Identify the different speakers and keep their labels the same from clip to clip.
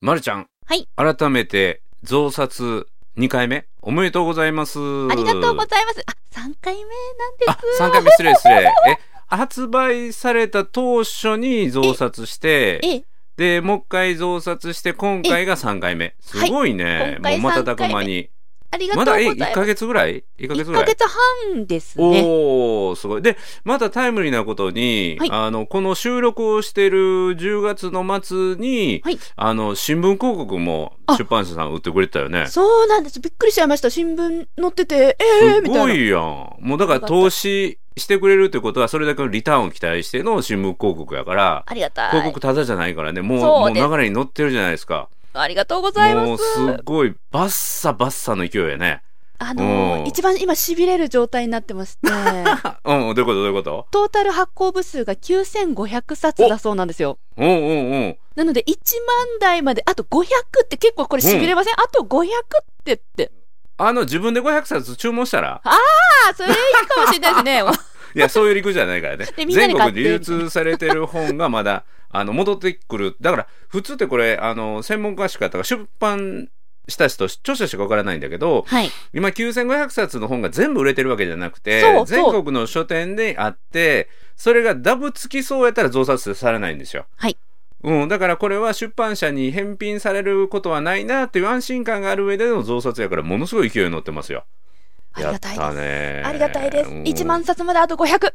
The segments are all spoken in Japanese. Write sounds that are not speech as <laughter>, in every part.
Speaker 1: まるちゃん。
Speaker 2: はい
Speaker 1: 改めて、増刷2回目、おめでとうございます。
Speaker 2: あ
Speaker 1: あ
Speaker 2: りがとうございます。あ、三回目なんです。
Speaker 1: あ、3回目失礼失礼。え、発売された当初に増刷して、
Speaker 2: ええ、
Speaker 1: で、もう一回増刷して、今回が3回目。すごいね。
Speaker 2: はい
Speaker 1: もう
Speaker 2: 今回
Speaker 1: 瞬く間に。
Speaker 2: ありが
Speaker 1: ま
Speaker 2: とうご
Speaker 1: だ、
Speaker 2: ざ
Speaker 1: え、
Speaker 2: いま
Speaker 1: 1
Speaker 2: す。
Speaker 1: ヶ月ぐらい ?1 ヶ月
Speaker 2: 一
Speaker 1: ぐら
Speaker 2: ヶ
Speaker 1: い
Speaker 2: 月半ですね。
Speaker 1: おおすごい。で、またタイムリーなことに、
Speaker 2: はい
Speaker 1: あの、この収録をしている10月の末に、
Speaker 2: はい
Speaker 1: あの、新聞広告も
Speaker 2: あ
Speaker 1: 出版社さん売ってくれてたよね。す
Speaker 2: そうなんです。びっくりしちゃいました。新聞載ってて、ええー、みた
Speaker 1: ご
Speaker 2: いな。
Speaker 1: いやん。もうだから投資してくれるってことは、それだけのリターンを期待しての新聞広告やから、
Speaker 2: ありがた
Speaker 1: 広
Speaker 2: い
Speaker 1: 告。ただじゃないからね、もう、
Speaker 2: そ
Speaker 1: もう
Speaker 2: うです
Speaker 1: 流れに乗ってるじゃないですか。
Speaker 2: ありがとうござい
Speaker 1: も
Speaker 2: ま
Speaker 1: う
Speaker 2: す。
Speaker 1: すごい、バッサバッサの勢いやね。
Speaker 2: あの
Speaker 1: う
Speaker 2: ー
Speaker 1: ん
Speaker 2: 一番今痺れる状態になってま
Speaker 1: <laughs>
Speaker 2: して、
Speaker 1: うん、うんどういうことどういうこと
Speaker 2: トータル発行部数が9500冊だそうなんですよ。
Speaker 1: うんうんうん。
Speaker 2: なので1万台まで、あと500って結構これ痺れません、あと500ってって。
Speaker 1: あの、自分で500冊注文したら
Speaker 2: あ、それいいかもしれないです
Speaker 1: <laughs>
Speaker 2: ね。
Speaker 1: い
Speaker 2: <laughs>
Speaker 1: や、そういう理屈じゃないからね
Speaker 2: で。みんな
Speaker 1: 全
Speaker 2: に買っ
Speaker 1: 国
Speaker 2: て
Speaker 1: で流通されてる本がまだ、 <laughs> あの、戻ってくる。だから、普通ってこれ、あの、専門家しか、だから出版した人、著者しかわからないんだけど、
Speaker 2: はい。
Speaker 1: 今9500冊の本が全部売れてるわけじゃなくて、
Speaker 2: そう
Speaker 1: 全
Speaker 2: そう
Speaker 1: 国の書店であって、それがダブつきそうやったら増刷されないんですよ。
Speaker 2: はい。
Speaker 1: うん、だからこれは出版社に返品されることはないなっていう安心感がある上での増刷やからものすごい勢いに乗ってますよ。
Speaker 2: ありがたい
Speaker 1: やっ
Speaker 2: です。
Speaker 1: ね
Speaker 2: ありがたいです。
Speaker 1: うん
Speaker 2: 1万冊まであと500。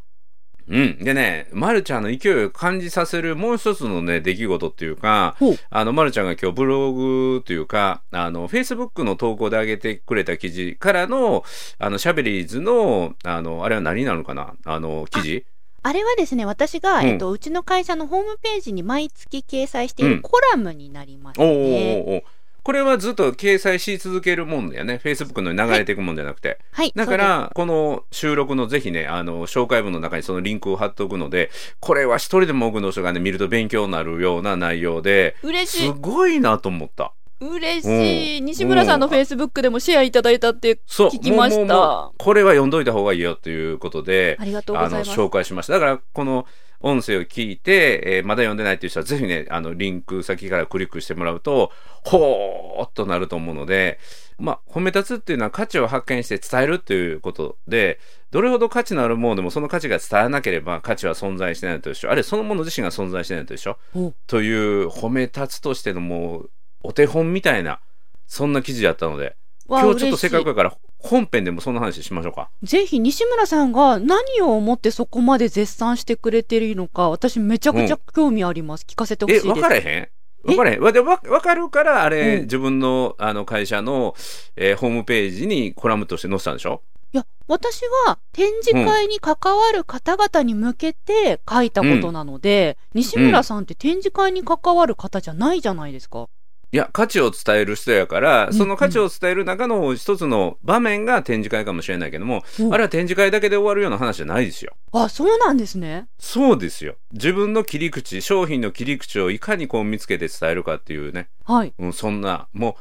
Speaker 1: うん。でね、まるちゃんの勢いを感じさせるもう一つのね、出来事っていうか
Speaker 2: ほう、
Speaker 1: あの、まるちゃんが今日ブログというか、あの、Facebook の投稿で上げてくれた記事からの、あの、シャベリーズの、あの、あれは何になるのかなあの、記事
Speaker 2: あれはですね、私が、
Speaker 1: うん
Speaker 2: えっと、うちの会社のホームページに毎月掲載していうる
Speaker 1: ん
Speaker 2: コラムになります
Speaker 1: おーお
Speaker 2: ね。
Speaker 1: ーおーこれはずっと掲載し続けるもんだよね。Facebook のに流れていくもんじゃなくて。
Speaker 2: はい。
Speaker 1: だか
Speaker 2: そう
Speaker 1: ら、この収録のぜひね、あの、紹介文の中にそのリンクを貼っておくので、これは一人でも多くの人がね、見ると勉強になるような内容で、
Speaker 2: です嬉し
Speaker 1: す
Speaker 2: い。
Speaker 1: ごいなと思った。
Speaker 2: 嬉し
Speaker 1: う
Speaker 2: い。
Speaker 1: ん
Speaker 2: 西村さんのフェイスブックでもシェアいただいたって。
Speaker 1: そう。
Speaker 2: 聞きました
Speaker 1: もうもうもうこれは読んどいた方がいいよということで
Speaker 2: あ、りがとうご
Speaker 1: あ
Speaker 2: ざい
Speaker 1: の、
Speaker 2: ます。
Speaker 1: 紹介しました。だから、この音声を聞いて、えーまだ読んでないっていう人は、ぜひね、あの、リンク先からクリックしてもらうと、ほーっとなると思うので、まあ、褒め立つっていうのは価値を発見して伝えるっていうことで、どれほど価値のあるものでもその価値が伝えなければ価値は存在してないと一緒。あるいはそのもの自身が存在してないと一緒
Speaker 2: お。
Speaker 1: という褒め立つとしてのもう、お手本みたいな、そんな記事だったので、
Speaker 2: わあ
Speaker 1: 今日ちょっと
Speaker 2: 嬉し
Speaker 1: せ
Speaker 2: い
Speaker 1: っかくだから本編でもそんな話しましょうか。
Speaker 2: ぜひ西村さんが何を思ってそこまで絶賛してくれてるのか、私めちゃくちゃ興味あります。聞かせてほし
Speaker 1: え、
Speaker 2: いです。
Speaker 1: 分かれへん分かれへんわでわ分かるから、あれ、
Speaker 2: うん
Speaker 1: 自分のあの会社の、えーホームページにコラムとして載せたんでしょ
Speaker 2: いや、私は展示会に関わる方々に向けて書いたことなので、西村さんって展示会に関わる方じゃないじゃないですか。
Speaker 1: いや、価値を伝える人やから、
Speaker 2: ん
Speaker 1: その価値を伝える中の一つの場面が展示会かもしれないけども、
Speaker 2: うん
Speaker 1: あれは展示会だけで終わるような話じゃないですよ。
Speaker 2: あ、そうなんですね。
Speaker 1: そうですよ。自分の切り口、商品の切り口をいかにこう見つけて伝えるかっていうね、
Speaker 2: はい。
Speaker 1: うん、そんな、も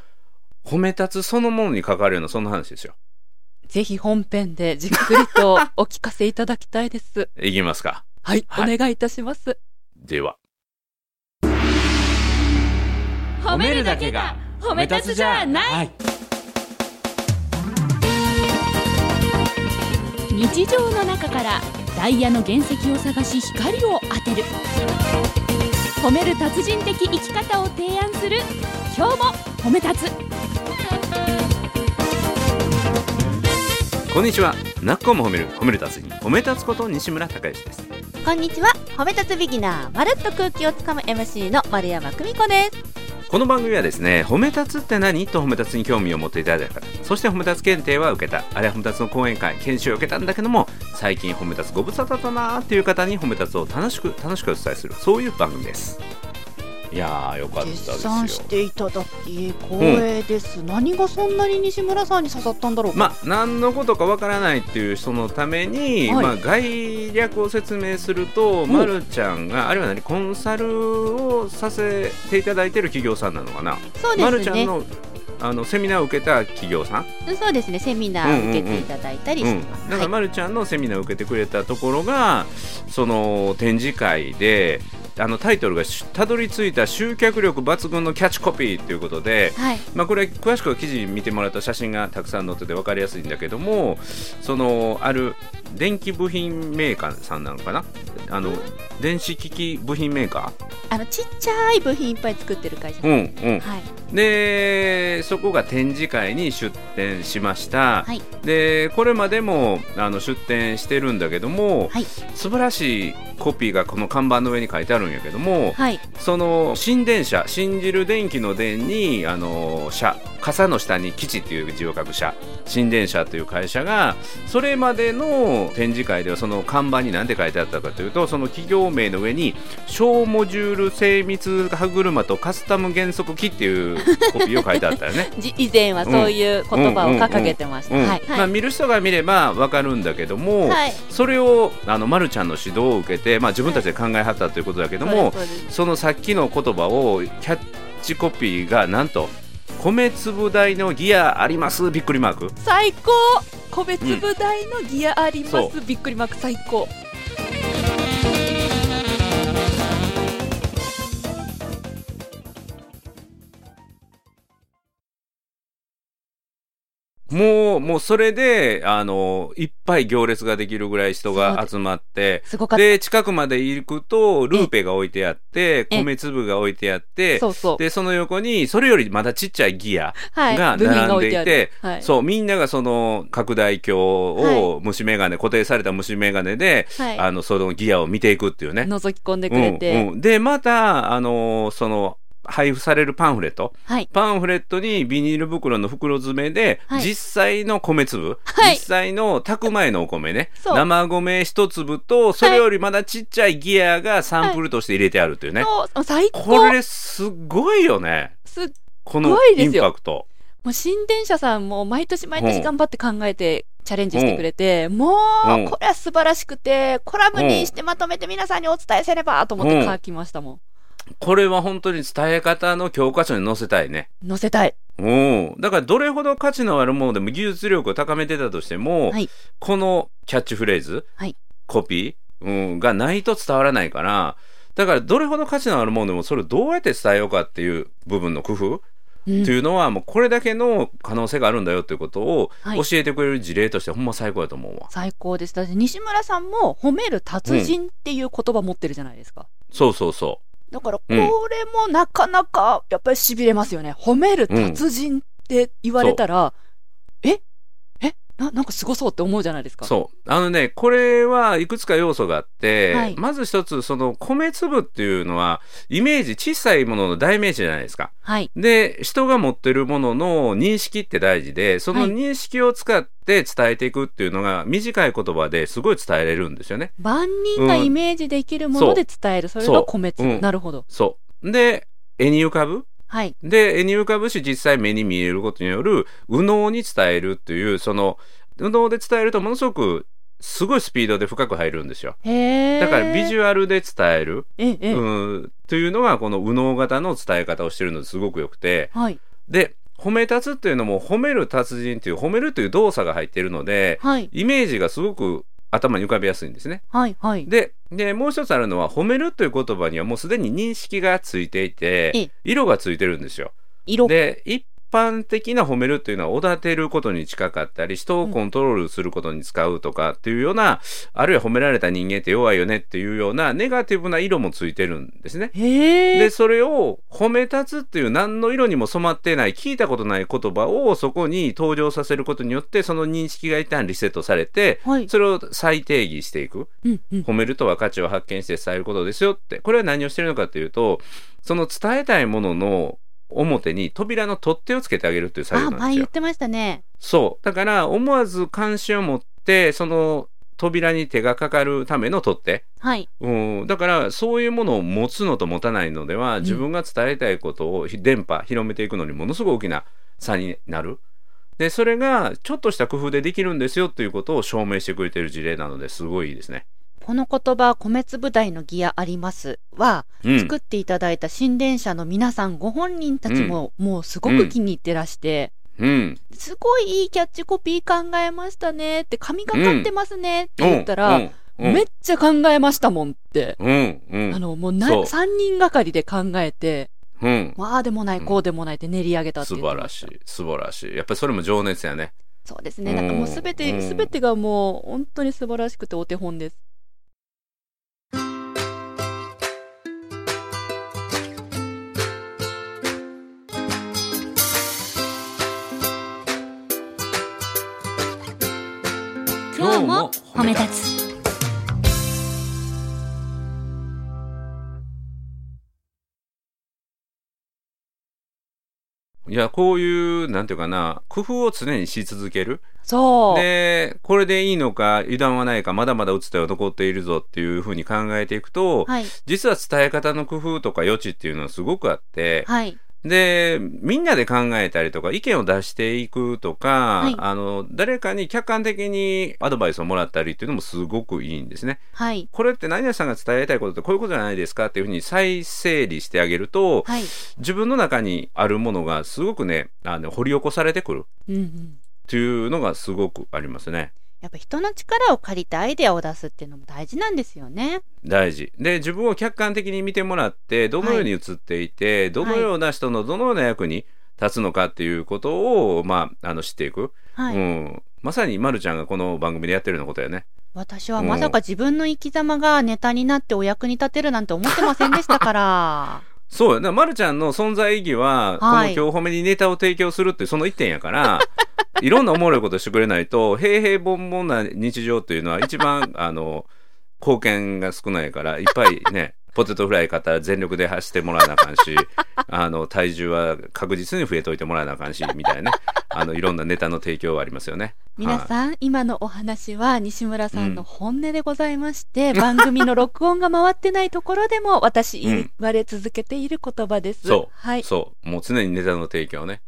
Speaker 1: う、褒め立つそのものに関わるような、そんな話ですよ。
Speaker 2: ぜひ本編でじっくりとお聞かせいただきたいです。
Speaker 1: いきますか。
Speaker 2: <laughs> はい、
Speaker 1: はい
Speaker 2: お願いいたします。
Speaker 1: では。
Speaker 2: 褒
Speaker 3: い
Speaker 4: 日常の中からダイヤの原石を探し光を当てる褒める達人的生き方を提案する今日も褒め立つ
Speaker 1: こんにちは。なっこも褒める、褒める達人、褒め立つこと西村孝之です。
Speaker 5: こんにちは褒め立つビギナーまるっと空気をつかむ MC の丸山久美子です
Speaker 1: この番組はですね、褒め立つって何と褒め立つに興味を持っていただいた方、そして褒め立つ検定は受けた、あれは褒め立つの講演会、研修を受けたんだけども、最近褒め立つご無沙汰だなーっていう方に褒め立つを楽しく楽しくお伝えする、そういう番組です。いやー、よかったですよ。
Speaker 2: 絶賛していただき光栄です、何がそんなに西村さんに刺さったんだろうか、
Speaker 1: まあ、何のことかわからないっていう人のために、
Speaker 2: はい
Speaker 1: まあ、概略を説明すると、まるちゃんがあれは何コンサルをさせていただいてる企業さんなのかな、
Speaker 5: そう
Speaker 1: ま
Speaker 5: で
Speaker 1: る
Speaker 5: す
Speaker 1: ちゃん
Speaker 5: ね
Speaker 1: のあのセミナーを受けた企業さん、
Speaker 5: そうですねセミナーを受けていただいたり
Speaker 1: う
Speaker 5: して
Speaker 1: ん
Speaker 5: ます、、
Speaker 1: だから
Speaker 5: はい
Speaker 1: まるちゃんのセミナーを受けてくれたところがその展示会であのタイトルが「たどり着いた集客力抜群のキャッチコピー」ということで、
Speaker 5: はい。
Speaker 1: まあ、これ詳しくは記事見てもらうと写真がたくさん載ってて分かりやすいんだけどもそのある電気部品メーカーさんなのかなあの電子機器部品メーカ
Speaker 5: あのちっちゃい部品いっぱい作ってる会社。
Speaker 1: ー、うんうん、
Speaker 5: はい。
Speaker 1: でそこが展示会に出展しました、
Speaker 5: はい
Speaker 1: でこれまでもあの出展してるんだけども、
Speaker 5: はい
Speaker 1: 素晴らしいコピーがこの看板の上に書いてあるんやけども、
Speaker 5: はい。
Speaker 1: その新電車信じる電気の電にあの車傘の下に基地っていう字を書く車新電車という会社がそれまでの展示会ではその看板に何て書いてあったかというとその企業名の上に小モジュール精密歯車とカスタム減速機っていうコピーを書いてあったよね。
Speaker 5: じ以前はそういう言葉を掲げてました。
Speaker 1: う
Speaker 5: <laughs>
Speaker 1: ん
Speaker 5: はい。
Speaker 1: まあ、見る人が見ればわかるんだけども、
Speaker 5: はい。
Speaker 1: それをあの、ま、るちゃんの指導を受けて、まあ、自分たちで考えはったということだけども、
Speaker 5: そうですそうです
Speaker 1: そのさっきの言葉をキャッチコピーがなんと米粒大のギアありますびっくりマーク
Speaker 2: 最高米粒大のギアありま
Speaker 1: そ
Speaker 2: す、びっくりマーク最高
Speaker 1: もうもうそれであのいっぱい行列ができるぐらい人が集まって
Speaker 2: すごかっ
Speaker 1: で近くまで行くとルーペが置いてあって
Speaker 2: え
Speaker 1: 米粒が置いてあったて
Speaker 2: そうそう
Speaker 1: でその横にそれよりまだちっちゃいギア
Speaker 2: はい
Speaker 1: が
Speaker 2: 部品
Speaker 1: 並んでいて、
Speaker 2: 置てあるはい
Speaker 1: そうみんながその拡大鏡を虫眼鏡、固定された虫眼鏡で、
Speaker 5: はい。
Speaker 1: あのそのギアを見ていくっていうね。
Speaker 2: 覗き込んでくれて、
Speaker 1: うんうん、でまた、あのーその配布されるパンフレット
Speaker 5: はい。
Speaker 1: パンフレットにビニール袋の袋詰めで、
Speaker 5: はい
Speaker 1: 実際の米粒、
Speaker 5: はい
Speaker 1: 実際の炊く前のお米ね
Speaker 5: そう
Speaker 1: 生米一粒とそれよりまだちっちゃいギアがサンプルとして入れてあるっていうね、
Speaker 2: そう最高
Speaker 1: これすごいよね
Speaker 2: すっ
Speaker 1: この
Speaker 2: すごい
Speaker 1: イ
Speaker 2: で
Speaker 1: ン
Speaker 2: すよ
Speaker 1: パクト。
Speaker 2: もう新電車さんも毎年毎
Speaker 1: うん
Speaker 2: 年頑張って考えてチャレンジしてくれて、もう
Speaker 1: うん
Speaker 2: これは素晴らしくてコラムにしてまとめて皆さんにお伝えせればと思って書きましたも
Speaker 1: これは本当に伝え方の教科書に載せたいね。
Speaker 2: ん載せたい
Speaker 1: うん、だからどれほど価値のあるものでも技術力を高めてたとしても、
Speaker 5: はい
Speaker 1: このキャッチフレーズ、
Speaker 5: はい
Speaker 1: コピー、うん、がないと伝わらないからだからどれほど価値のあるものでもそれをどうやって伝えようかっていう部分の工夫、
Speaker 2: うん
Speaker 1: というのはもうこれだけの可能性があるんだよということを
Speaker 5: はい
Speaker 1: 教えてくれる事例としてほんま最高だと思うわ。
Speaker 2: 最高ですだって西村さんも褒める達人っていう言葉持ってるじゃないですか、
Speaker 1: そうそうそ
Speaker 2: だからこ
Speaker 1: うん
Speaker 2: れもなかなかやっぱりしびれますよね褒める達人って言われたら、ええななんかすごそうって思うじゃないです
Speaker 1: う
Speaker 2: か
Speaker 1: そうあのねこれはいくつか要素があって、
Speaker 5: はい
Speaker 1: まず一つその米粒っていうのはイメージ小さいものの代名詞じゃないですか。
Speaker 5: はい。
Speaker 1: で人が持ってるものの認識って大事でその
Speaker 5: はい
Speaker 1: 認識を使って伝えていくっていうのが短い言葉ですごい伝えれるんですよね。
Speaker 2: 万人がイメージできるもので伝える、それ
Speaker 1: そ
Speaker 2: が
Speaker 1: う
Speaker 2: 米粒、
Speaker 1: うん
Speaker 2: なるほど
Speaker 1: そうで絵に浮かぶ
Speaker 5: はい。
Speaker 1: で絵に浮かぶし実際目に見えることによる右脳に伝えるっていうその右脳で伝えるとものすごくすごいスピードで深く入るんですよ。
Speaker 5: へえ。
Speaker 1: だからビジュアルで伝える、
Speaker 2: ええええ
Speaker 1: うん、というのがこの右脳型の伝え方をしてるのですごくよくて。
Speaker 5: はい。
Speaker 1: で褒め立つっていうのも褒める達人っていう褒めるという動作が入っているので
Speaker 5: はい。
Speaker 1: イメージがすごく頭に浮かびやすいんですね。
Speaker 5: はい。はい。
Speaker 1: ででもう一つあるのは褒めるという言葉にはもうすでに認識がついてい
Speaker 5: え
Speaker 1: て
Speaker 5: え
Speaker 1: 色がついてるんですよ。
Speaker 5: 色。
Speaker 1: で一般的な褒めるっていうのはおだてることに近かったり人をコントロールすることに使うとかっていうようなあるいは褒められた人間って弱いよねっていうようなネガティブな色もついてるんですね。
Speaker 2: へ
Speaker 1: で
Speaker 2: え。
Speaker 1: それを褒め立つっていう何の色にも染まってない聞いたことない言葉をそこに登場させることによってその認識が一旦リセットされて
Speaker 5: はい。
Speaker 1: それを再定義していく
Speaker 2: うんうん。
Speaker 1: 褒めるとは価値を発見して伝えることですよってこれは何をしてるのかというとその伝えたいものの表に扉の取っ手をつけてあげるという作
Speaker 5: あ、
Speaker 1: 業なんで
Speaker 5: 前
Speaker 1: す
Speaker 5: 言
Speaker 1: よ
Speaker 5: っ。てましたね。
Speaker 1: そうだから思わず関心を持ってその扉に手がかかるための取っ手
Speaker 5: はい。
Speaker 1: うん、だからそういうものを持つのと持たないのでは自分が伝えたいことをひ伝播広めていくのにものすごく大きな差になるでそれがちょっとした工夫でできるんですよということを証明してくれてる事例なのですごいいいですね。
Speaker 5: この言葉、米粒大のギアありますは、
Speaker 1: うん、
Speaker 5: 作っていただいた新電車の皆さんご本人たちも、もうすごく気に入ってらして、
Speaker 1: うん
Speaker 5: すごいいいキャッチコピー考えましたねって、神がかってますねって言ったら、
Speaker 1: うんうん
Speaker 2: めっちゃ考えましたもんって。
Speaker 1: うんう
Speaker 2: あ
Speaker 1: ん
Speaker 2: の、もうな、
Speaker 1: そう
Speaker 2: 3人がかりで考えて、
Speaker 1: うん
Speaker 2: まあでもない、こうでもないって練り上げたって
Speaker 1: 素
Speaker 2: いうの
Speaker 1: 晴
Speaker 2: が
Speaker 1: らしい素晴らしいやっぱりそれも情熱やね
Speaker 2: そうですね。なんかもうすべ
Speaker 1: うん
Speaker 2: て、すべてがもう本当に素晴らしくてお手本です。
Speaker 4: 今日も褒め立つ
Speaker 1: いやこういうなんていうかな工夫を常にし続ける
Speaker 2: そう。
Speaker 1: でこれでいいのか油断はないかまだまだ打つ手は残っているぞっていうふうに考えていくと、
Speaker 5: はい
Speaker 1: 実は伝え方の工夫とか余地っていうのはすごくあって、
Speaker 5: はい
Speaker 1: でみんなで考えたりとか意見を出していくとか、
Speaker 5: はい
Speaker 1: あの誰かに客観的にアドバイスをもらったりっていうのもすごくいいんですね。
Speaker 5: はい
Speaker 1: これって何々さんが伝えたいことってこういうことじゃないですかっていうふうに再整理してあげると
Speaker 5: はい
Speaker 1: 自分の中にあるものがすごくねあの掘り起こされてくる
Speaker 2: うんうん。
Speaker 1: っていうのがすごくありますね。
Speaker 5: やっぱ人の力を借りてアイデアを出すっていうのも大事なんですよね
Speaker 1: 大事で自分を客観的に見てもらってどのように映っていて、どのような人のどのような役に立つのかっていうことを、まあ、あの知っていく、
Speaker 5: はい、
Speaker 1: うん、まさにまるちゃんがこの番組でやってるようなことやね
Speaker 5: 私はまさか自分の生き様がネタになってお役に立てるなんて思ってませんでしたから
Speaker 1: <laughs> そうよな、ま、るちゃんの存在意義は、
Speaker 5: はい
Speaker 1: この今日褒めにネタを提供するっていうその一点やから
Speaker 5: <laughs>
Speaker 1: いろんなおもろいことしてくれないと平平凡凡な日常というのは一番あの貢献が少ないからいっぱい
Speaker 5: <laughs>
Speaker 1: ねポテトフライ買ったら全力で走ってもらわなあかんしあの体重は確実に増えといてもらわなあかんしみたいなねあのいろんなネタの提供はありますよね。
Speaker 2: 皆
Speaker 1: はい
Speaker 2: さん、今のお話は西村さんの本音でございまして、番組の録音が回ってないところで
Speaker 1: <laughs>
Speaker 2: も私
Speaker 1: うん
Speaker 2: 言われ続けている言葉です。
Speaker 1: そう
Speaker 2: はい。
Speaker 1: そう。もう常にネタの提供ね。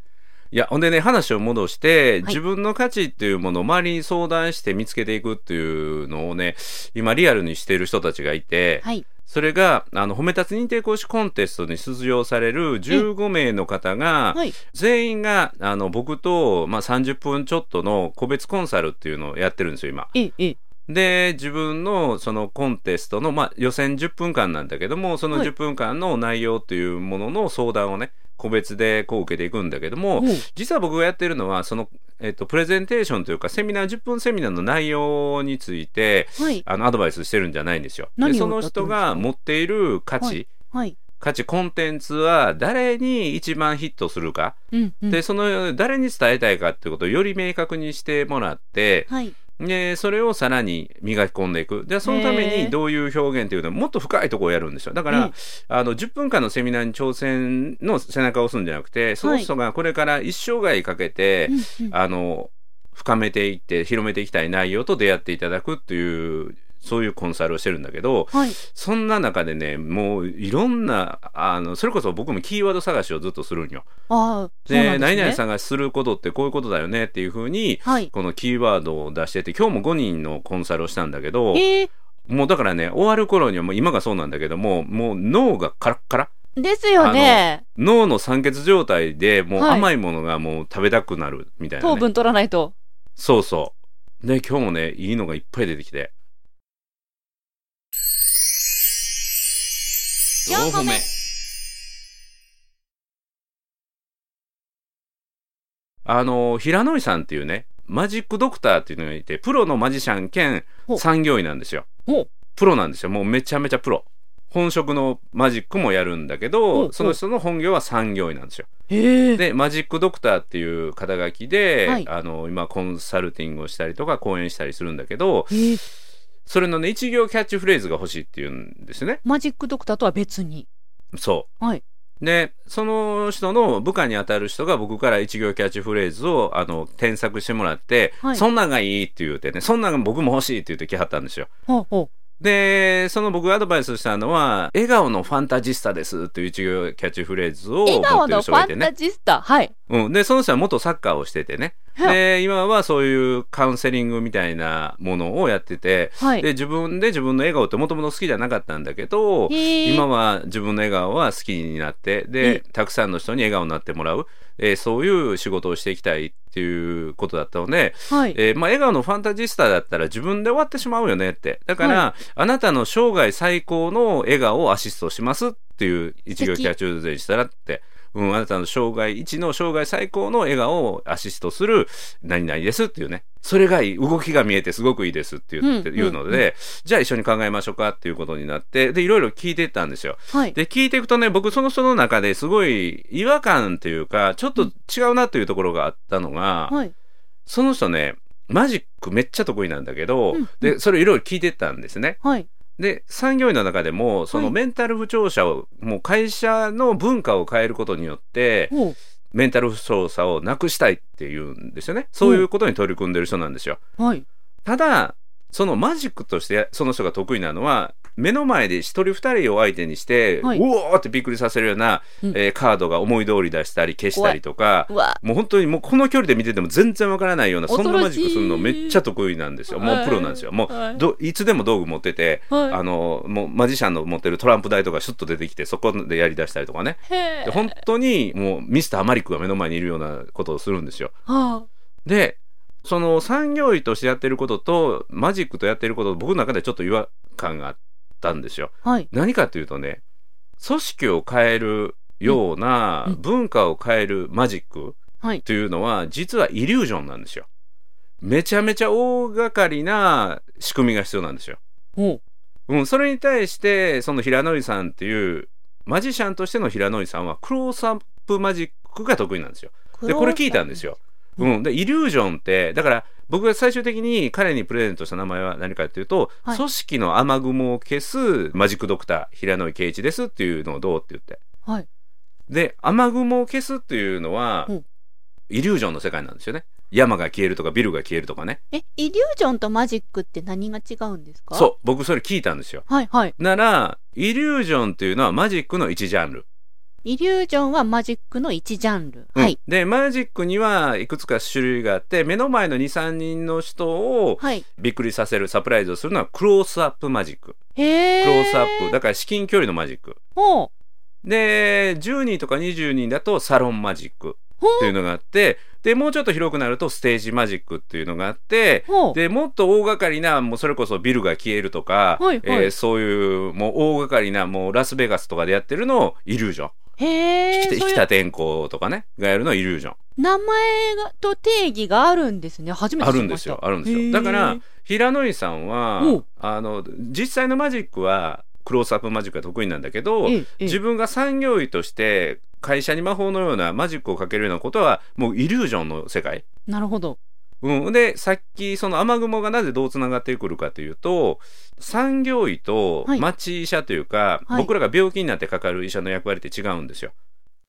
Speaker 1: いや、ほんでね、話を戻して、
Speaker 5: い
Speaker 1: 自分の価値っていうものを周りに相談して見つけていくっていうのをね、今リアルにしている人たちがいて、
Speaker 5: はい
Speaker 1: それが、あの、褒め立つ認定講師コンテストに出場される15名の方が、
Speaker 5: はい
Speaker 1: 全員が、あの、僕と、まあ、30分ちょっとの個別コンサルっていうのをやってるんですよ、今。
Speaker 5: ええ
Speaker 1: で自分のそのコンテストの、まあ、予選10分間なんだけどもその
Speaker 5: はい
Speaker 1: 10分間の内容というものの相談をね個別でこう受けていくんだけど
Speaker 5: う
Speaker 1: も、
Speaker 5: ん
Speaker 1: 実は僕がやってるのはその、えっと、プレゼンテーションというかセミナー10分セミナーの内容について
Speaker 5: はい
Speaker 1: あのアドバイスしてるんじゃないんですよ。で
Speaker 5: 何を
Speaker 1: その人が持っている価値、
Speaker 5: はいはい
Speaker 1: 価値コンテンツは誰に一番ヒットするか、
Speaker 5: うんうん
Speaker 1: でその誰に伝えたいかっていうことをより明確にしてもらって、
Speaker 5: はい
Speaker 1: でそれをさらに磨き込んでいくでそのため
Speaker 5: へ
Speaker 1: に
Speaker 5: ー
Speaker 1: どういう表現っていうのはもっと深いところをやるんですよだから、
Speaker 5: うん
Speaker 1: あの10分間のセミナーに挑戦の背中を押すんじゃなくてその人がこれから一生涯かけて
Speaker 5: う、んうん
Speaker 1: あの深めていって広めていきたい内容と出会っていただくっていうそういうコンサルをしてるんだけど
Speaker 5: はい
Speaker 1: そんな中でねもういろんなあのそれこそ僕もキーワード探しをずっとするんよ。
Speaker 5: ああそう
Speaker 1: で
Speaker 5: なんです
Speaker 1: 何
Speaker 5: ね
Speaker 1: 々さんがすることってこういうことだよねっていうふうに
Speaker 5: はい
Speaker 1: このキーワードを出してて今日も5人のコンサルをしたんだけど
Speaker 5: ええ
Speaker 1: もうだからね終わる頃にはもう今がそうなんだけどももう脳がカラッカラ
Speaker 5: ですよね
Speaker 1: 脳の酸欠状態でもう
Speaker 5: はい
Speaker 1: 甘いものがもう食べたくなるみたいな、ね
Speaker 2: 糖分取らないと。
Speaker 1: そうそうで今日もねいいのがいっぱい出てきて
Speaker 4: 4個目
Speaker 1: あの平野井さんっていうねマジックドクターっていうのがいてプロのマジシャン兼
Speaker 2: ほう
Speaker 1: 産業医なんですよ
Speaker 2: ほう
Speaker 1: プロなんですよもうめちゃめちゃプロ本職のマジックもやるんだけ
Speaker 2: ほうほ
Speaker 1: ど
Speaker 2: う
Speaker 1: その人の本業は産業医なんですよ
Speaker 2: <laughs> へえ。
Speaker 1: でマジックドクターっていう肩書きで、
Speaker 2: はい
Speaker 1: あの今コンサルティングをしたりとか講演したりするんだけど
Speaker 2: へえ
Speaker 1: それのね一行キャッチフレーズが欲しいっていうんですね
Speaker 2: マジックドクターとは別に。
Speaker 1: そう、
Speaker 2: はい
Speaker 1: でその人の部下に当たる人が僕から一行キャッチフレーズをあの添削してもらって、
Speaker 5: はい
Speaker 1: そんなんがいいって言うてねそんなんが僕も欲しいって言ってきはったんですよ
Speaker 2: ほうほ
Speaker 1: でその僕がアドバイスしたのは「笑顔のファンタジスタです」っていう一行キャッチフレーズを
Speaker 2: う。
Speaker 1: 持っ
Speaker 2: 笑顔
Speaker 1: てる
Speaker 2: の
Speaker 1: 人
Speaker 2: フ
Speaker 1: がい
Speaker 2: ァ
Speaker 1: て
Speaker 2: ン
Speaker 1: ね
Speaker 2: タジスタ。はい。
Speaker 1: うん、でその人は元サッカーをしててね、で今はそういうカウンセリングみたいなものをやってて、
Speaker 2: はい
Speaker 1: で自分で自分の笑顔ってもともと好きじゃなかったんだけど、
Speaker 2: へえ
Speaker 1: 今は自分の笑顔は好きになってでたくさんの人に笑顔になってもらう、えーそういう仕事をしていきたいっていうことだったので、
Speaker 2: はい
Speaker 1: えーまあ、笑顔のファンタジスタだったら自分で終わってしまうよねってだから、あなたの生涯最高の笑顔をアシストしますっていう一行キャッチューズにしたらって。うん、あなたの生涯一の生涯最高の笑顔をアシストする何々ですっていうねそれがいい動きが見えてすごくいいですって言って
Speaker 2: うん
Speaker 1: 言うので、じゃあ一緒に考えましょうかっていうことになってでいろいろ聞いてったんですよ。
Speaker 2: はい
Speaker 1: で聞いていくとね僕その人の中ですごい違和感というかちょっと違うなというところがあったのが、
Speaker 2: はい
Speaker 1: その人ね、マジックめっちゃ得意なんだけど、
Speaker 2: うんうん
Speaker 1: で、それいろいろ聞いてったんですね。
Speaker 2: はい
Speaker 1: で、産業医の中でも、その
Speaker 2: はい
Speaker 1: メンタル不調者を、もう会社の文化を変えることによって、
Speaker 2: ほう
Speaker 1: メンタル不調者をなくしたいっていうんですよね。そういうことに取り組んでる人なんですよ。
Speaker 2: はい
Speaker 1: ただ、そのマジックとしてその人が得意なのは、目の前で一人二人を相手にして、
Speaker 2: はいう
Speaker 1: おーってびっくりさせるような、
Speaker 2: うん
Speaker 1: えーカードが思い通り出したり消したりとか、
Speaker 2: うわ
Speaker 1: もう本当にもうこの距離で見てても全然わからないようなそん
Speaker 2: 恐
Speaker 1: な
Speaker 2: ろし
Speaker 1: マジ
Speaker 2: い
Speaker 1: ックするのめっちゃ得意なんですよもうプロなんですよもう
Speaker 2: はい
Speaker 1: どいつでも道具持ってて、
Speaker 2: はい
Speaker 1: あのもうマジシャンの持ってるトランプ台とかシュッと出てきてそこでやりだしたりとかね
Speaker 2: へ
Speaker 1: で
Speaker 2: え
Speaker 1: 本当にもうミスターマリックが目の前にいるようなことをするんですよ
Speaker 2: は
Speaker 1: でその産業医としてやってることとマジックとやってること僕の中でちょっと違和感があったんですよ
Speaker 2: あはい
Speaker 1: 何かというとね組織を変えるよう
Speaker 2: うん
Speaker 1: な
Speaker 2: うん
Speaker 1: 文化を変えるマジック
Speaker 2: はい
Speaker 1: というのは実はイリュージョンなんですよ。めちゃめちゃ大掛かりな仕組みが必要なんですよ。
Speaker 2: ほう
Speaker 1: うん、それに対してその平野井さんっていうマジシャンとしての平野井さんはクロースアップマジックが得意なんですよ。でこれ聞いたんですよ。うん、でイリュージョンってだから僕が最終的に彼にプレゼントした名前は何かっていうと、
Speaker 2: はい
Speaker 1: 組織の雨雲を消すマジックドクター平野井圭一ですっていうのをどうって言って、
Speaker 2: はい
Speaker 1: で雨雲を消すっていうのは、
Speaker 2: うん
Speaker 1: イリュージョンの世界なんですよね山が消えるとかビルが消えるとかね
Speaker 5: え、イリュージョンとマジックって何が違うんですか
Speaker 1: そう僕それ聞いたんですよ
Speaker 2: はいはい
Speaker 1: ならイリュージョンっていうのはマジックの一ジャンル
Speaker 5: イリュージョンはマジックの一ジャンル。
Speaker 1: うん
Speaker 5: はい。
Speaker 1: でマジックにはいくつか種類があって目の前の23人の人を
Speaker 5: はい。
Speaker 1: びっくりさせるサプライズをするのはクロースアップマジック
Speaker 5: へえ。
Speaker 1: クロースアップ、だから至近距離のマジック
Speaker 5: ほう。
Speaker 1: で10人とか20人だとサロンマジック
Speaker 5: ほ
Speaker 1: っていうのがあってでもうちょっと広くなるとステージマジックっていうのがあって
Speaker 5: ほう。
Speaker 1: でもっと大掛かりなもうそれこそビルが消えるとか、
Speaker 5: はいはい
Speaker 1: えーそういうもう大掛かりなもうラスベガスとかでやってるのをイリュージョン
Speaker 5: へえ。
Speaker 1: 引
Speaker 5: そういう
Speaker 1: 田天候とかねがやるのをイリュージョン
Speaker 5: 名前がと定義があるんですね。
Speaker 2: <laughs>
Speaker 5: 初めて
Speaker 1: あ
Speaker 5: 知
Speaker 1: る
Speaker 5: り
Speaker 1: ん
Speaker 5: ま
Speaker 1: で
Speaker 5: し
Speaker 1: す
Speaker 5: た。
Speaker 1: よあるんです
Speaker 5: へー
Speaker 1: よだから平野井さんは
Speaker 2: おう
Speaker 1: あの実際のマジックはクロースアップマジックが得意なんだけど、
Speaker 2: ええええ
Speaker 1: 自分が産業医として会社に魔法のようなマジックをかけるようなことはもうイリュージョンの世界。
Speaker 2: なるほど
Speaker 1: うん、でさっきその雨雲がなぜどうつながってくるかというと産業医と
Speaker 2: はい
Speaker 1: 町医者というか、
Speaker 2: はい
Speaker 1: 僕らが病気になってかかる医者の役割って違うんですよ。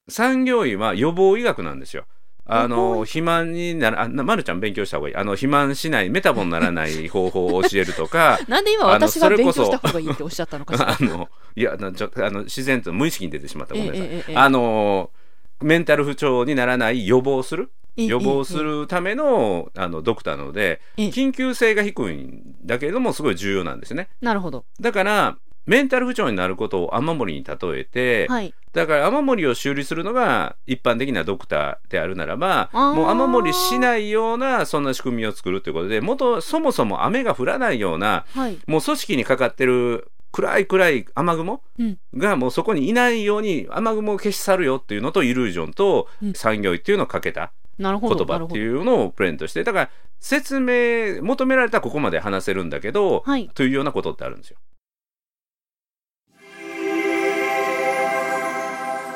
Speaker 1: 産業医は予防医学なんですよ。あ
Speaker 2: 予
Speaker 1: の肥満にならあなまるちゃん勉強した方がいいあの肥満しないメタボにならない方法を教えるとか
Speaker 2: <laughs> なんで今
Speaker 1: あの
Speaker 2: 私が
Speaker 1: それ
Speaker 2: 勉
Speaker 1: こ
Speaker 2: 強
Speaker 1: そ
Speaker 2: した方がいいっておっしゃったのかし
Speaker 1: <laughs>
Speaker 2: ら
Speaker 1: あのいやあのちょあの自然と無意識に出てしまったごめんなさい。
Speaker 2: ええ
Speaker 1: あのーメンタル不調にならない予防する
Speaker 2: ええ
Speaker 1: 予防するためのあのドクターなので
Speaker 2: ええ
Speaker 1: 緊急性が低いんだけれどもすごい重要なんですね
Speaker 2: なるほど
Speaker 1: だからメンタル不調になることを雨漏りに例えて、
Speaker 5: はい。
Speaker 1: だから雨漏りを修理するのが一般的なドクターであるならば
Speaker 5: あー
Speaker 1: もう雨漏りしないようなそんな仕組みを作るということでもとそもそも雨が降らないような
Speaker 5: はい。
Speaker 1: もう組織にかかってる暗い暗い雨雲
Speaker 2: うん
Speaker 1: がもうそこにいないように雨雲を消し去るよっていうのとイリュージョンと
Speaker 2: うん
Speaker 1: 産業医っていうのをかけた
Speaker 2: なるほ
Speaker 1: 言
Speaker 2: どな
Speaker 1: 葉
Speaker 2: る
Speaker 1: っ
Speaker 2: ほ
Speaker 1: て
Speaker 2: ど
Speaker 1: いうのをプレゼントしてだから説明求められたらここまで話せるんだけど、
Speaker 5: はい
Speaker 1: というようなことってあるんですよ。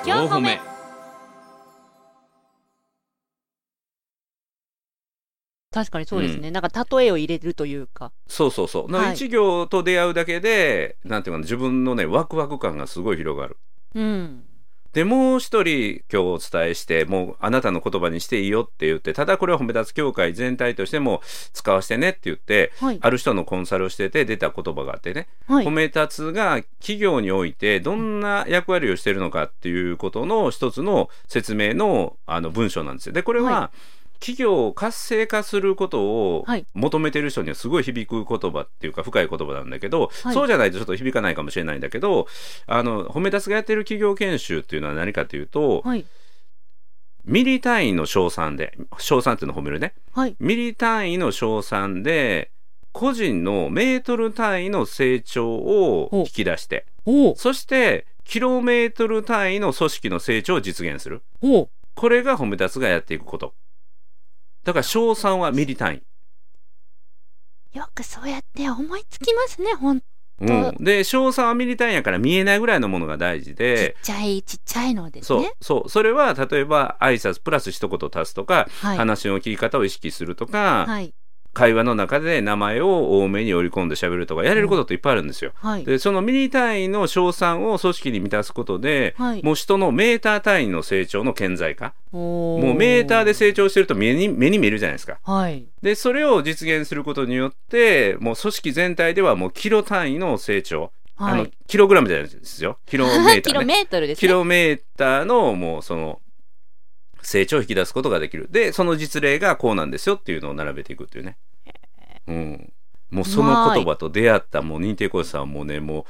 Speaker 4: 4歩目
Speaker 5: 確かにそうですね。なんか例えを入れるというか。
Speaker 1: そうそうそう。
Speaker 5: はい
Speaker 1: 一行と出会うだけで、なんていうかな自分のねワクワク感がすごい広がる。
Speaker 5: うん。
Speaker 1: でもう一人今日お伝えしてもうあなたの言葉にしていいよって言ってただこれは褒め立つ協会全体としても使わせてねって言って、
Speaker 5: はい
Speaker 1: ある人のコンサルをしてて出た言葉があってね、
Speaker 5: はい
Speaker 1: 褒め立つが企業においてどんな役割をしているのかっていうことの一つの説明のあの文章なんですよ。でこれは、企業を活性化することを
Speaker 6: はい
Speaker 1: 求めてる人にはすごい響く言葉っていうか深い言葉なんだけど、
Speaker 6: はい
Speaker 1: そうじゃないとちょっと響かないかもしれないんだけどあの褒めたつがやってる企業研修っていうのは何かというと、
Speaker 6: はい
Speaker 1: ミリ単位の賞賛で賞賛っていうの褒めるね、
Speaker 6: はい
Speaker 1: ミリ単位の賞賛で個人のメートル単位の成長を引き出して
Speaker 6: おう
Speaker 1: そしてキロメートル単位の組織の成長を実現する
Speaker 6: おう
Speaker 1: これが褒め立つがやっていくことだから賞賛はミリ単位
Speaker 2: よくそうやって思いつきますね、ほんと。
Speaker 1: うん、で賞賛はミリ単位やから見えないぐらいのものが大事
Speaker 2: ちっ
Speaker 1: で、
Speaker 2: ちゃいちっちゃいのです
Speaker 1: そう
Speaker 2: ね。
Speaker 1: そうそれは例えば挨拶プラス一言足すとか、
Speaker 2: はい。
Speaker 1: 話の聞き方を意識するとか、
Speaker 2: はい。
Speaker 1: 会話の中で名前を多めに織り込んで喋るとかやれることっていっぱいあるんですよ。
Speaker 2: はい。
Speaker 1: でそのミリ単位の賞賛を組織に満たすことで、
Speaker 2: はい
Speaker 1: もう人のメーター単位の成長の顕在化
Speaker 6: お
Speaker 1: もうメーターで
Speaker 6: し
Speaker 1: 成長してると目に目に見えるじゃないですか。
Speaker 6: はい
Speaker 1: でそれを実現することによってもう組織全体ではもうキロ単位の成長、あ
Speaker 6: は
Speaker 2: <laughs>
Speaker 1: の
Speaker 6: い
Speaker 1: キログラムじゃないですよキロメータ
Speaker 2: キ
Speaker 1: ー、
Speaker 2: ロ
Speaker 1: ね、
Speaker 2: メートルです
Speaker 1: キ
Speaker 2: ね。
Speaker 1: ロメーターのもうその成長を引き出すことができるでその実例がこうなんですよっていうのを並べていくっていうね、うん、もうその言葉と出会ったもう認定講師さんはもうねも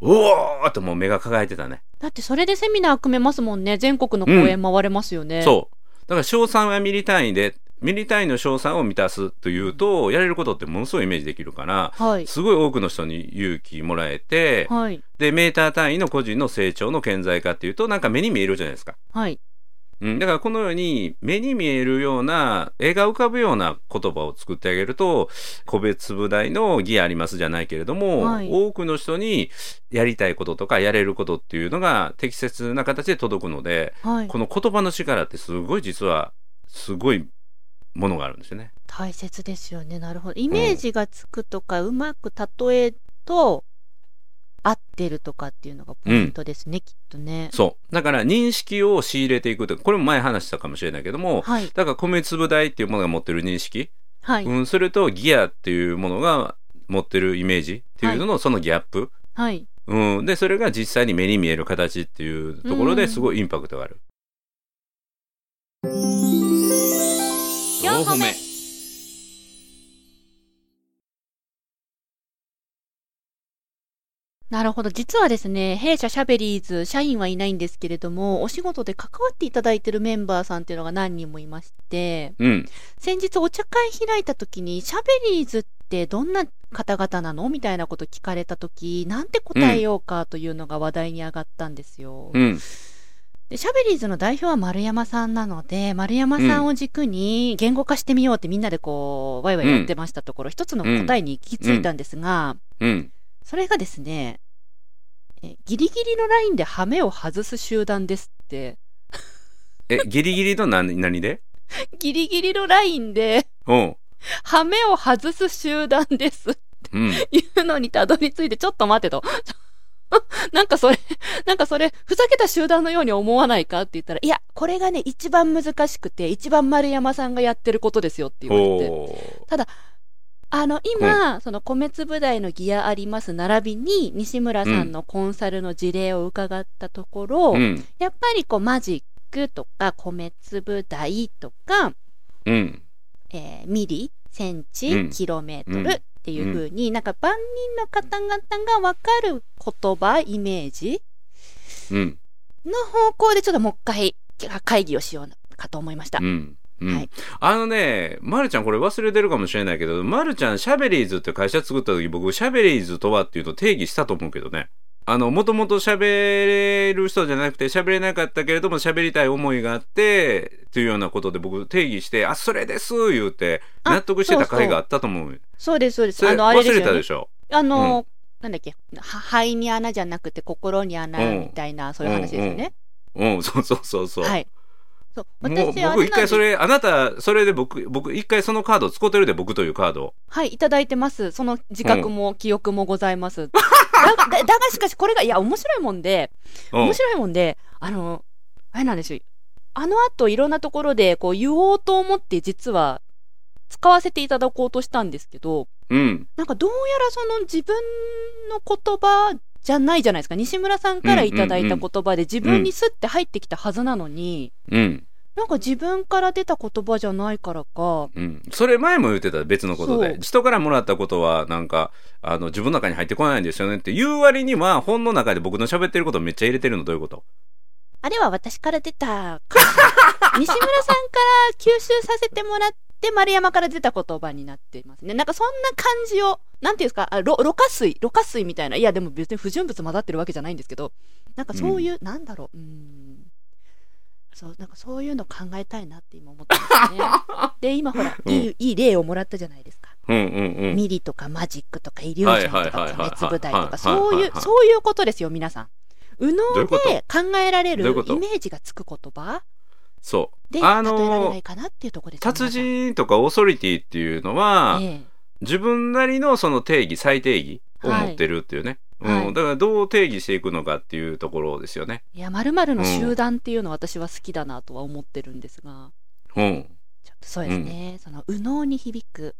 Speaker 1: ううおーっともう目が輝いてたね
Speaker 6: だってそれでセミナー組めますもんね全国の公演回れますよね、
Speaker 1: そうだから賞賛はミリ単位でミリ単位の賞賛を満たすというとやれることってものすごいイメージできるから
Speaker 6: はい
Speaker 1: すごい多くの人に勇気もらえて、
Speaker 6: はい
Speaker 1: でメーター単位の個人の成長の顕在化っていうとなんか目に見えるじゃないですか。
Speaker 6: はい
Speaker 1: うん、だからこのように目に見えるような絵が浮かぶような言葉を作ってあげると個別部大の義ありますじゃないけれども、
Speaker 6: はい
Speaker 1: 多くの人にやりたいこととかやれることっていうのが適切な形で届くので
Speaker 6: はい
Speaker 1: この言葉の力ってすごい実はすごいものがあるんですよね。
Speaker 2: 大切ですよね。なるほど。イメージがつくとか、うまく例えと合ってるとかっていうのがポイントですね、きっとね。
Speaker 1: そうだから認識を仕入れていくとこれも前話したかもしれないけども
Speaker 2: はい。
Speaker 1: だから米粒大っていうものが持ってる認識、
Speaker 2: はい。
Speaker 1: うん、それとギアっていうものが持ってるイメージっていうののそのギャップ、
Speaker 2: はい。
Speaker 1: うん、でそれが実際に目に見える形っていうところ
Speaker 2: う
Speaker 1: で
Speaker 2: ん
Speaker 1: すごいインパクトがある。
Speaker 7: 4歩目
Speaker 2: なるほど。実はですね、弊社シャベリーズ、社員はいないんですけれども、お仕事で関わっていただいてるメンバーさんっていうのが何人もいまして、
Speaker 1: うん、
Speaker 2: 先日お茶会開いた時に、シャベリーズってどんな方々なのみたいなこと聞かれた時、なんて答えようかというのが話題に上がったんですよ。
Speaker 1: うん、
Speaker 2: でシャベリーズの代表は丸山さんなので、丸山さんを軸に言語化してみようってみんなでこう、ワイワイやってましたところ、一つの答えに行き着いたんですが、
Speaker 1: うん、
Speaker 2: それがですね、えギリギリのラインでハメを外す集団ですって、
Speaker 1: えギリギリの何何で
Speaker 2: ギリギリのラインで
Speaker 1: うん、
Speaker 2: ハメを外す集団ですって
Speaker 1: うん、
Speaker 2: いうのにたどり着いて、ちょっと待てと。 <laughs> なんかそれ、なんかそれ、ふざけた集団のように思わないかって言ったら、いや、これがね、一番難しくて、一番丸山さんがやってることですよって言われて。
Speaker 1: ほう
Speaker 2: あの、今、その米粒大のギアあります並びに、西村さんのコンサルの事例を伺ったところ、
Speaker 1: うん、
Speaker 2: やっぱりこうマジックとか米粒大とか、
Speaker 1: うん、
Speaker 2: えーミリ、センチ、
Speaker 1: うん
Speaker 2: キロメー
Speaker 1: う
Speaker 2: ト
Speaker 1: ん
Speaker 2: ルっていう風に、なんか万人の方々がわかる言葉、イメージ
Speaker 1: うん、
Speaker 2: の方向でちょっともう一回会議をしようかと思いました。
Speaker 1: うん。うん
Speaker 2: はい
Speaker 1: あのね、ま、るちゃんこれ忘れてるかもしれないけど、ま、るちゃんシャベリーズって会社作った時僕シャベリーズとはっていうと定義したと思うけどね。あの、もともと喋れる人じゃなくて喋れなかったけれども喋りたい思いがあって、っていうようなことで僕定義して、あ、それです言うて
Speaker 2: あ
Speaker 1: 納得してた
Speaker 2: そうそ
Speaker 1: 回
Speaker 2: う
Speaker 1: があったと思うよ。
Speaker 2: そうです、そうで
Speaker 1: そ
Speaker 2: す。
Speaker 1: れ
Speaker 2: あの、あれです
Speaker 1: 忘れた
Speaker 2: よ
Speaker 1: で
Speaker 2: ね。
Speaker 1: しょ。
Speaker 2: あの、なんだっけ、は肺に穴じゃなくて心に穴みたいな、そういう話ですよね。
Speaker 1: うん、そうそうそうそう。
Speaker 2: はい。そう。
Speaker 1: もう
Speaker 2: 私、あ
Speaker 1: 僕
Speaker 2: れ
Speaker 1: 一
Speaker 2: なんで
Speaker 1: 回
Speaker 2: す
Speaker 1: それ、あなた、それで僕、僕一回そのカード使ってるで、僕というカードを。
Speaker 2: はい、いただいてます。その自覚も記憶もございます。だ <laughs> だだがしかし、これが、いや、面白いもんで、
Speaker 1: うん
Speaker 2: 面白いもんで、あの、あれなんですよ。あの後、いろんなところで、こう、言おうと思って、実は、使わせていただこうとしたんですけど、
Speaker 1: うん。
Speaker 2: なんか、どうやらその自分の言葉じゃないじゃないですか。西村さんからいただいた言葉で、自分にスッて入ってきたはずなのに、
Speaker 1: うん。
Speaker 2: なんか自分から出た言葉じゃないからか。
Speaker 1: うん、それ前も言ってた別のこと
Speaker 2: そ
Speaker 1: で
Speaker 2: う
Speaker 1: 人からもらったことはなんかあの自分の中に入ってこないんですよねって言う割には本の中で僕の喋ってることをめっちゃ入れてるのどういうこと
Speaker 2: あれは私から <laughs> 出た。西村さんから吸収させてもらって、丸山から出た言葉になってますね。なんかそんな感じを、なんていうんですか、あろろ過水、ろ過水みたいな。いや、でも別に不純物混ざってるわけじゃないんですけど、なんかそういう、なんだろう、うーん。そう、なんかそういうの考えたいなって今思ってますね。で、今ほら、
Speaker 1: うん
Speaker 2: いい、いい例をもらったじゃないですか。
Speaker 1: うんうんうん
Speaker 2: ミリとかマジックとかイリュージョンと
Speaker 1: はいはいはいはい
Speaker 2: か金粒台とか
Speaker 1: はいはいはい
Speaker 2: そういう
Speaker 1: はい
Speaker 2: そういうことですよ皆さん。右
Speaker 1: どうい
Speaker 2: 脳
Speaker 1: うこと
Speaker 2: で考えられる
Speaker 1: ど
Speaker 2: イ
Speaker 1: ういうこと
Speaker 2: メージがつく言葉
Speaker 1: そ
Speaker 2: で
Speaker 1: うあ
Speaker 2: 例えられ
Speaker 1: の
Speaker 2: ないかなっていうところですよ
Speaker 1: 達人とかオーソリティっていうのは、
Speaker 2: 皆さんえ
Speaker 1: 自分なりのその定義最定義を持ってるっていうね、
Speaker 2: はい
Speaker 1: うん、だからどう定義していくのかっていうところですよね。
Speaker 2: えいや〇〇の集団っていうのは私は好きだなとは思ってるんですが
Speaker 1: うん
Speaker 2: ちょっとそうですね、その右脳に響く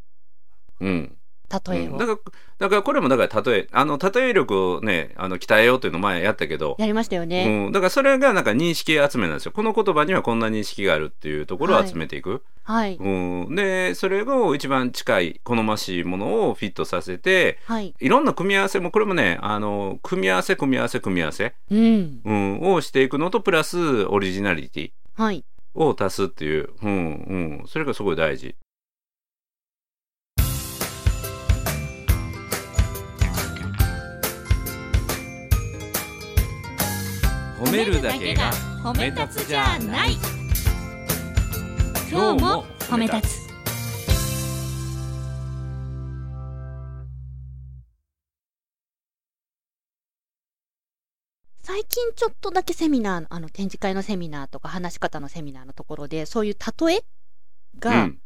Speaker 1: うん
Speaker 2: 例え
Speaker 1: う
Speaker 2: を
Speaker 1: んだからだからこれもだから例えあの例え力をねあの鍛えようっていうの前やったけど、
Speaker 2: やりましたよね。
Speaker 1: うん、だからそれがなんか認識集めなんですよこの言葉にはこんな認識があるっていうところを集めていく、
Speaker 2: はい
Speaker 1: うん、でそれを一番近い好ましいものをフィットさせて
Speaker 2: はい。
Speaker 1: いろんな組み合わせもこれもねあの組み合わせ組み合わせ組み合わせ、
Speaker 2: うん。
Speaker 1: うん、をしていくのとプラスオリジナリティ
Speaker 2: はい。
Speaker 1: を足すっていう、うんうん、それがすごい大事。褒めるだけが
Speaker 4: 褒
Speaker 1: め立つじゃない
Speaker 4: 今日も褒め立つ
Speaker 2: 最近ちょっとだけセミナーのあの展示会のセミナーとか話し方のセミナーのところでそういう例え
Speaker 1: う
Speaker 2: が
Speaker 1: ん、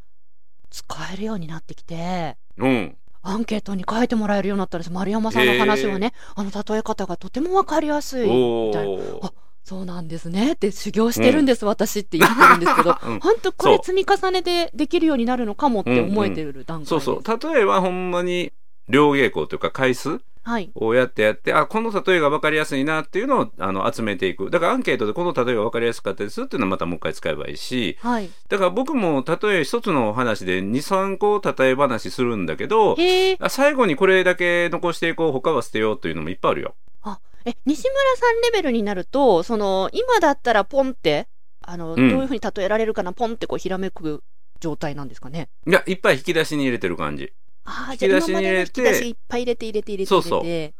Speaker 2: 使えるようになってきて。
Speaker 1: うん、
Speaker 2: アンケートに書いてもらえるようになったんです丸山さんの話はね、あの例え方がとてもわかりやすいみたいな
Speaker 1: おー
Speaker 2: あそうなんですねって修行してるんです、私って言ってるんで
Speaker 1: <laughs>
Speaker 2: すけど
Speaker 1: うん
Speaker 2: 本当これ
Speaker 1: そう
Speaker 2: 積み重ねでできるようになるのかもって思えてる段階です、
Speaker 1: そうそう例えばほんまに両稽古というか回数
Speaker 2: はい
Speaker 1: をやってやってあこの例えが分かりやすいなっていうのをあの集めていくだからアンケートでこの例えが分かりやすかったですっていうのはまたもう一回使えばいいし
Speaker 2: はい
Speaker 1: だから僕も例え一つのお話で23個例え話するんだけど
Speaker 2: へえ
Speaker 1: あ最後にこれだけ残していこう他は捨てようというのもいっぱいあるよ。
Speaker 2: え西村さんレベルになるとその今だったらポンってあの、
Speaker 1: うん
Speaker 2: どういうふうに例えられるかなポンってこうひらめく状態なんですかね
Speaker 1: いやいっぱい引き出しに入れてる感じ。
Speaker 2: ああ
Speaker 1: 引
Speaker 2: じ
Speaker 1: き
Speaker 2: ゃあ
Speaker 1: 出し
Speaker 2: 今ま
Speaker 1: に入れ
Speaker 2: での引
Speaker 1: て
Speaker 2: き出しいっぱい入れて入れて入れて入れて
Speaker 1: そうそうで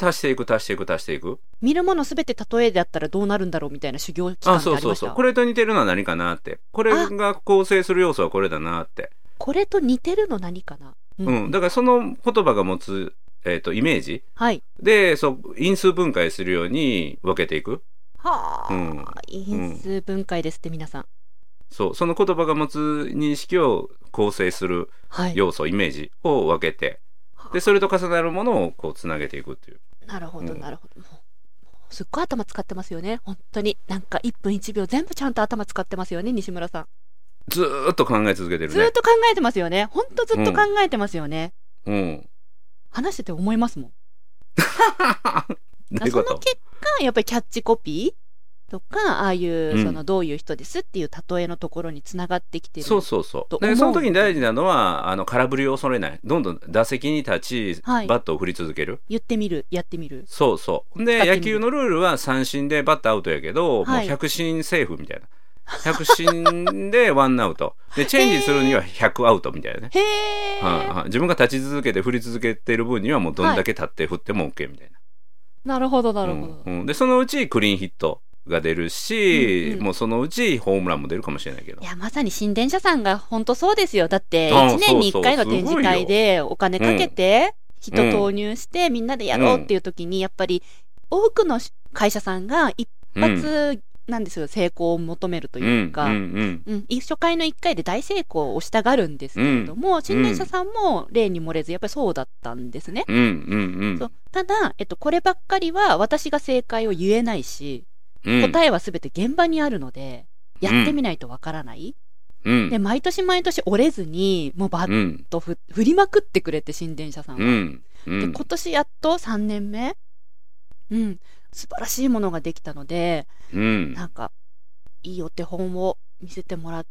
Speaker 1: 足していく足していく足していく。
Speaker 2: 見るものすべて例えだったらどうなるんだろうみたいな修行期間があ
Speaker 1: あ
Speaker 2: りま
Speaker 1: そう
Speaker 2: した
Speaker 1: そうそうこれと似てるのは何かなってこれが構成する要素はこれだなって。
Speaker 2: これと似てるの何かな、う
Speaker 1: うん、だからその言葉が持つ、えー、とイメージ
Speaker 2: はい
Speaker 1: でそう因数分解するように分けていく、
Speaker 2: はあ、
Speaker 1: うん、
Speaker 2: 因数分解ですって皆さん
Speaker 1: そうその言葉が持つ認識を構成する
Speaker 2: はい
Speaker 1: 要素イメージを分けてでそれと重なるものをこうつなげていくっていう
Speaker 2: なるほど
Speaker 1: うん
Speaker 2: なるほど、もうもうすっごい頭使ってますよね本当になんか1分1秒全部ちゃんと頭使ってますよね西村さん
Speaker 1: ずーっと考え続けてる
Speaker 2: ずー
Speaker 1: ね
Speaker 2: っ。と考えてますよね本当ずっと考えてますよね、
Speaker 1: うん、
Speaker 2: 話してて思いますもん
Speaker 1: どういう
Speaker 2: そ
Speaker 1: こ
Speaker 2: の
Speaker 1: と
Speaker 2: 結果やっぱりキャッチコピーとかああいう、
Speaker 1: うん
Speaker 2: そのどういう人ですっていう例えのところにつながってきてる
Speaker 1: そうそうそう
Speaker 2: と
Speaker 1: で
Speaker 2: 思う
Speaker 1: その時に大事なのはあの空振りを恐れないどんどん打席に立ち、
Speaker 2: はい
Speaker 1: バットを振り続ける
Speaker 2: 言ってみるやってみる
Speaker 1: そうそう。
Speaker 2: 使っ
Speaker 1: で、
Speaker 2: てみる
Speaker 1: 野球のルールは三振でバッターアウトやけど、
Speaker 2: はい
Speaker 1: もう100進セーフみたいな。100進でワンアウト。で、チェンジするには100アウトみたいなね。
Speaker 2: へえ、
Speaker 1: はいはい自分が立ち続けて振り続けてる分にはもうどんだけ立って振っても OK みたいな。
Speaker 2: なるほどなるほど、
Speaker 1: うんうんで、そのうちクリーンヒットが出るし、
Speaker 2: うんうん
Speaker 1: もうそのうちホームランも出るかもしれないけど
Speaker 2: い。や、まさに新電車さんが本当そうですよ。だって、
Speaker 1: ああ
Speaker 2: 1年に
Speaker 1: そうそう
Speaker 2: 1回の展示会でお金かけて、人
Speaker 1: うん
Speaker 2: 投入して、みんなでやろうっていう時に、やっぱり、多くの会社さんが一
Speaker 1: うん
Speaker 2: 発なんですよ、成功を求めるというか。
Speaker 1: う
Speaker 2: うん
Speaker 1: うんん
Speaker 2: 初回の1回で大成功をしたがるんですけれども、新電車さんも例に漏れず、やっぱりそうだったんですね。
Speaker 1: うんうんうん
Speaker 2: そうただ、えっと、こればっかりは私が正解を言えないし、
Speaker 1: うん
Speaker 2: 答えは全て現場にあるので、やってみないとわからない。
Speaker 1: うん
Speaker 2: で、毎年毎年折れずに、もうバ
Speaker 1: う
Speaker 2: ッ
Speaker 1: ん
Speaker 2: とふ、振りまくってくれて、新電車さんは。
Speaker 1: うんう
Speaker 2: で、
Speaker 1: ん
Speaker 2: 今年やっと3年目うん。素晴らしいものができたので、
Speaker 1: うん
Speaker 2: なんか、いいお手本を見せてもらって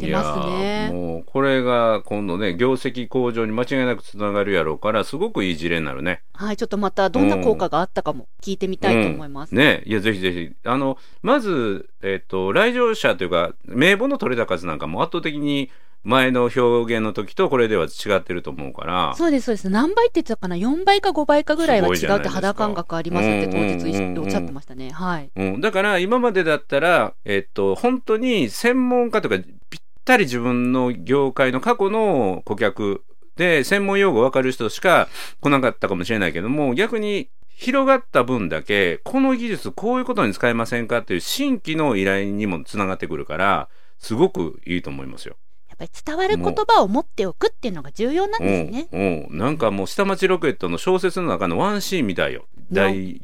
Speaker 1: いや
Speaker 2: ます
Speaker 1: ー
Speaker 2: ね。
Speaker 1: もうこれが今度ね業績向上に間違いなくつながるやろうからすごくいい事例になるね。
Speaker 2: はい、ちょっとまたどんな効果があったかも聞いてみたいと思います。
Speaker 1: ねいやぜひぜひあのまず、えっと来場者というか名簿の取れた数なんかも圧倒的に前の表現の時とこれでは違ってると思うから。
Speaker 2: そうです、そうです。何倍って言ってたかな ?4 倍か5倍かぐらい
Speaker 1: す
Speaker 2: は違
Speaker 1: ごいじゃな
Speaker 2: う
Speaker 1: い
Speaker 2: っ
Speaker 1: で
Speaker 2: て
Speaker 1: すか
Speaker 2: 肌感覚ありますって当
Speaker 1: う
Speaker 2: 日
Speaker 1: んうんうんうん
Speaker 2: おっしゃってましたね。はい。
Speaker 1: うん、だから今までだったら、えっと、本当に専門家とかぴったり自分の業界の過去の顧客で専門用語分かる人しか来なかったかもしれないけども逆に広がった分だけこの技術こういうことに使えませんかっていう新規の依頼にもつながってくるからすごくいいと思いますよ。
Speaker 2: やっぱり伝わる言葉を持っておくっていうのが重要なんですね。
Speaker 1: うんうん、なんかもう下町ロケットの小説の中のワンシーンみたいよ大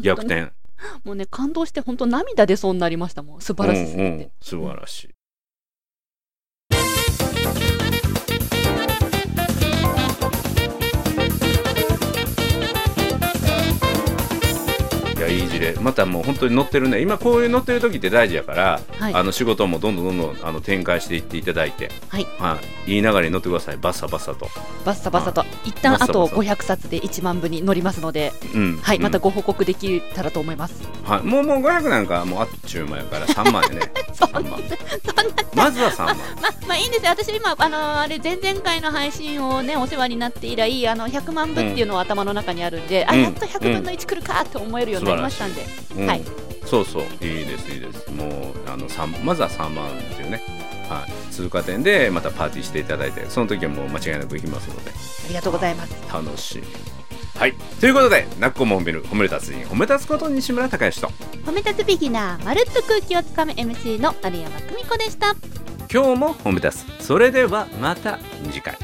Speaker 1: 逆転。
Speaker 2: もうね、感動して本当涙出そうになりましたもん。素晴らしすぎて。
Speaker 1: うんうん、素晴らしい。いやいい事例またもう本当に乗ってるね今こういう乗ってる時って大事やから、
Speaker 2: はい
Speaker 1: あの仕事もどんどんどんどんあの展開していっていただいて、
Speaker 2: はい
Speaker 1: い、いい流れに乗ってくださいバッサバッサと、
Speaker 2: バッサバサと。一
Speaker 1: バッ
Speaker 2: 旦
Speaker 1: サ
Speaker 2: あ
Speaker 1: バサと
Speaker 2: と500冊で1万部に乗りますので、
Speaker 1: うん
Speaker 2: はい、また
Speaker 1: うん
Speaker 2: ご報告できたらと思います。
Speaker 1: はい、もうもう500なんかもうあっちゅう間やから3万やね
Speaker 2: <laughs> そん
Speaker 1: 3万
Speaker 2: そんな
Speaker 1: まずは3万
Speaker 2: まあ、まあいいんですよ、私今、あのーあれ、前々回の配信をね、お世話になって以来、あの、100万部っていうのは頭の中にあるんで、あ、
Speaker 1: うん
Speaker 2: やっと100分の1来るかって思えるようになりましたんで、
Speaker 1: うん
Speaker 2: はい
Speaker 1: そうそういいですいいですもうあの三まずは3万ですよね、はい、通過点でまたパーティーしていただいてその時はもう間違いなく行きますので
Speaker 2: ありがとうございます。
Speaker 1: 楽しみはいということで「なっこも褒める褒め立つに褒め立つこと西村孝之と
Speaker 2: 褒め立つビギナー、まるっと空気をつかむ MC の丸山久美子でした。
Speaker 1: 今日も褒め立つそれではまた次回